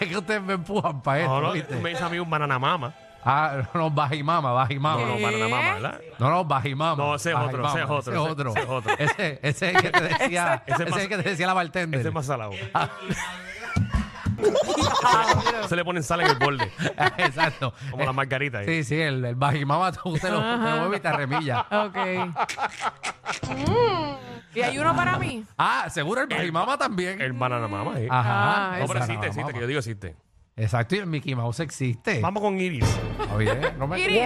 es que ustedes me empujan para esto, No, no, ¿viste? tú me dices a mí un banana mama. Ah, no, no, bajimama, bajimama. No, no, ¿Qué? banana mama, ¿verdad? No, no, bajimama. No, ese es otro, ese es bajimama, otro, ese- ese es otro. Ese es otro. Ese ese es el que te decía, Ese es ese es más- el que te decía la bartender. Ese es más salado. Se le ponen sal en el borde. Exacto. Eh, Como la margarita ahí. Sí, sí, el, el bajimama tú te lo, te lo mueves y te remilla. Ok. Mm. ¿Y hay uno para mí? Ah, seguro el bajimama también. El banana mama, eh. Ajá. Ah, no, pero esa existe, existe, mama. que yo digo existe. Exacto, y el Mickey Mouse existe. Vamos con Iris. Está bien, no me- Iris. yo,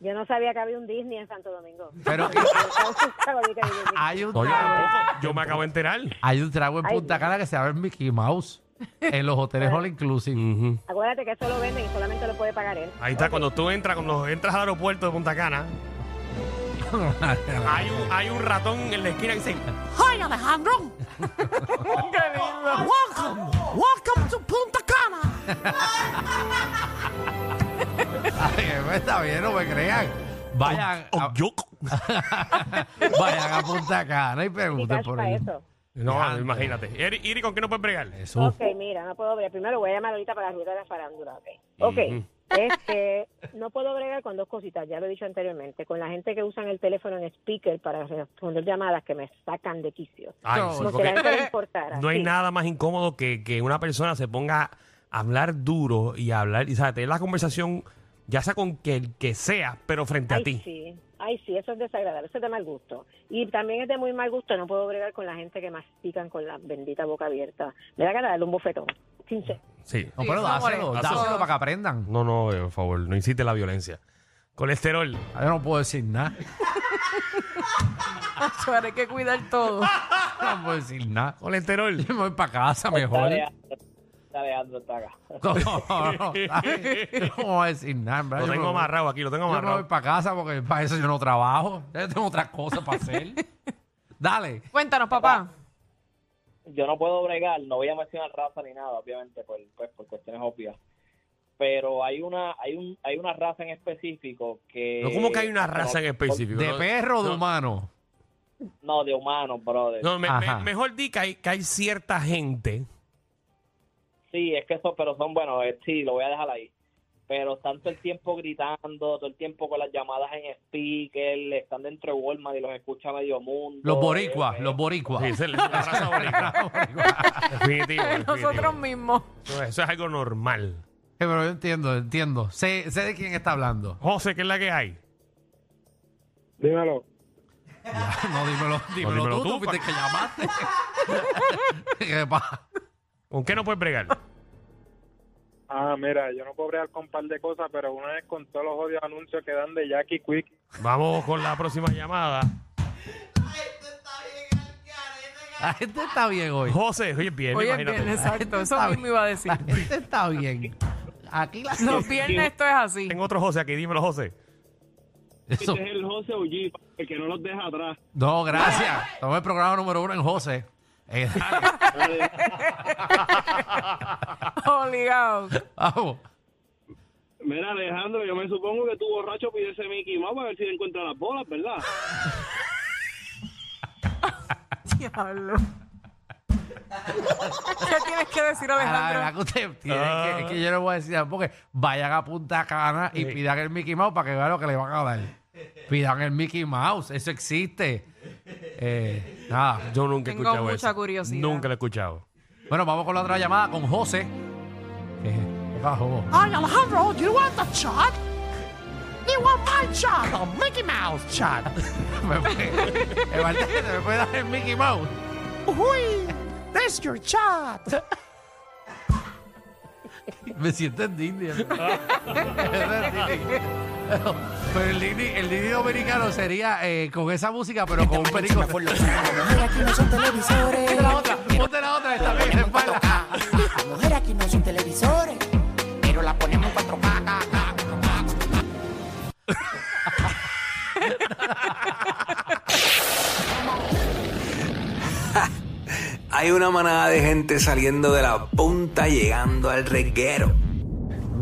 yo no sabía que había un Disney en Santo Domingo. Pero hay un, Oye, trago, tampoco. Yo me acabo de enterar. hay un trago en Ay, Punta Cana que se llama el Mickey Mouse. En los hoteles All Inclusive. Mm. Acuérdate que eso lo venden y solamente lo puede pagar él. Ahí está, cuando tú entras, cuando entras al aeropuerto de Punta Cana, hay un, hay un ratón en la esquina que dice, ¡Hi, Alejandro! ¡Welcome! ¡Welcome to Punta Cana! Ay, Está bien, no me crean. Vayan, "Oh, a, vayan a Punta Cana y Y pregunten cash por para él. eso. No, imagínate. Iris, Iris, ¿con qué no puedes bregar? Jesús. Ok, mira, no puedo bregar. Primero voy a llamar ahorita para la ruta de la farándula. Ok. okay. Este, no puedo bregar con dos cositas, ya lo he dicho anteriormente, con la gente que usan el teléfono en speaker para responder llamadas que me sacan de quicio. Ay, No, sí, Como si porque la gente le importara. Oh, no hay sí. nada más incómodo que, que una persona se ponga a hablar duro y a hablar, y sabes, tener la conversación, ya sea con que el que sea, pero frente a Ay, ti. sí. Ay, sí, eso es desagradable, eso es de mal gusto. Y también es de muy mal gusto, no puedo bregar con la gente que mastican con la bendita boca abierta. Me da ganas de darle un bofetón. Sincero. Sí. No, pero eso dáselo, molesta. dáselo para que aprendan. No, no, eh, por favor, no incite la violencia. Colesterol. Ah, Yo no puedo decir nada. Eso, ahora hay que cuidar todo. No puedo decir nada. Colesterol. Me voy para casa mejor. Alejandro está acá. No, no, no, ay, no voy a decir nada. en verdad. Lo Yo tengo me- amarrado aquí, lo tengo Yo me voy amarrado. para casa porque para eso yo no trabajo. Yo tengo otras cosas para hacer. Dale. Cuéntanos, papá. Yo no puedo bregar, no voy a mencionar raza ni nada, obviamente, por, pues, por cuestiones obvias. Pero hay una, hay un, hay una raza en específico que. No, ¿Cómo que hay Eh, una raza en específico? De No, perro o de no, humano. No, de humanos, brother. No, me- Ajá. me- mejor di que hay, que hay cierta gente. Sí, es que eso, pero son buenos, eh, sí, lo voy a dejar ahí. Pero están todo el tiempo gritando, todo el tiempo con las llamadas en speaker, están dentro de Walmart y los escucha medio mundo. Los boricuas, Eh, los boricuas. Sí, esa es la raza bonita. Definitivo, definitivo. Nosotros mismos. Eso es algo normal. Eh, Pero yo entiendo, entiendo. Sé, sé de quién está hablando. José, ¿qué es la que hay? Dímelo. No, dímelo, dímelo, dímelo tú, tú, tú, fuiste pa- que llamaste. ¿Qué pasa? ¿Con qué no puedes bregar? Ah, mira, yo no puedo bregar con un par de cosas, pero una vez con todos los odios anuncios que dan de Jackie Quick. Vamos con la próxima llamada. La gente está bien hoy. José, oye, bien, Hoy es imagínate. viernes, exacto. Eso Está mismo iba a decir. La gente está bien. Aquí la Los viernes esto es así. Tengo otro José aquí, dímelo, José. Eso- Este el José Ullí, el que no los deja atrás. No, gracias. Estamos en el programa número uno en José. Eh, dale, Obligado. vamos. Mira, Alejandro, yo me supongo que tu borracho pide ese Mickey Mouse para ver si le encuentra las bolas, ¿verdad? Diablo. ¿Qué tienes que decir, Ah, Ah, La verdad Alejandro? que ustedes tienen que, es que yo no voy a decir nada, porque vayan a Punta Cana y Sí. pidan el Mickey Mouse para que vean lo que le van a dar. Pidan el Mickey Mouse, eso existe. Eh, nada. Yo nunca he Tengo escuchado mucha eso. curiosidad. Nunca lo he escuchado. Bueno, vamos con la otra llamada con José. Eh, bajo. ¡Hi, Alejandro! Do you want the shot? Do you want my shot? The Mickey Mouse shot! Me fue- el bartender, ¿me puede dar el Mickey Mouse? ¡Uy! That's your shot! Me siento en Disney. Eso es Disney. Pero el Disney, el Disney dominicano sería eh, con esa música, pero con un perico. Mujer aquí no son televisores. Ponte la otra, ponte la otra, está bien, espalda. Mujer aquí no son televisores. Pero la ponemos en 4K. Hay una manada de gente saliendo de la punta llegando al reguero.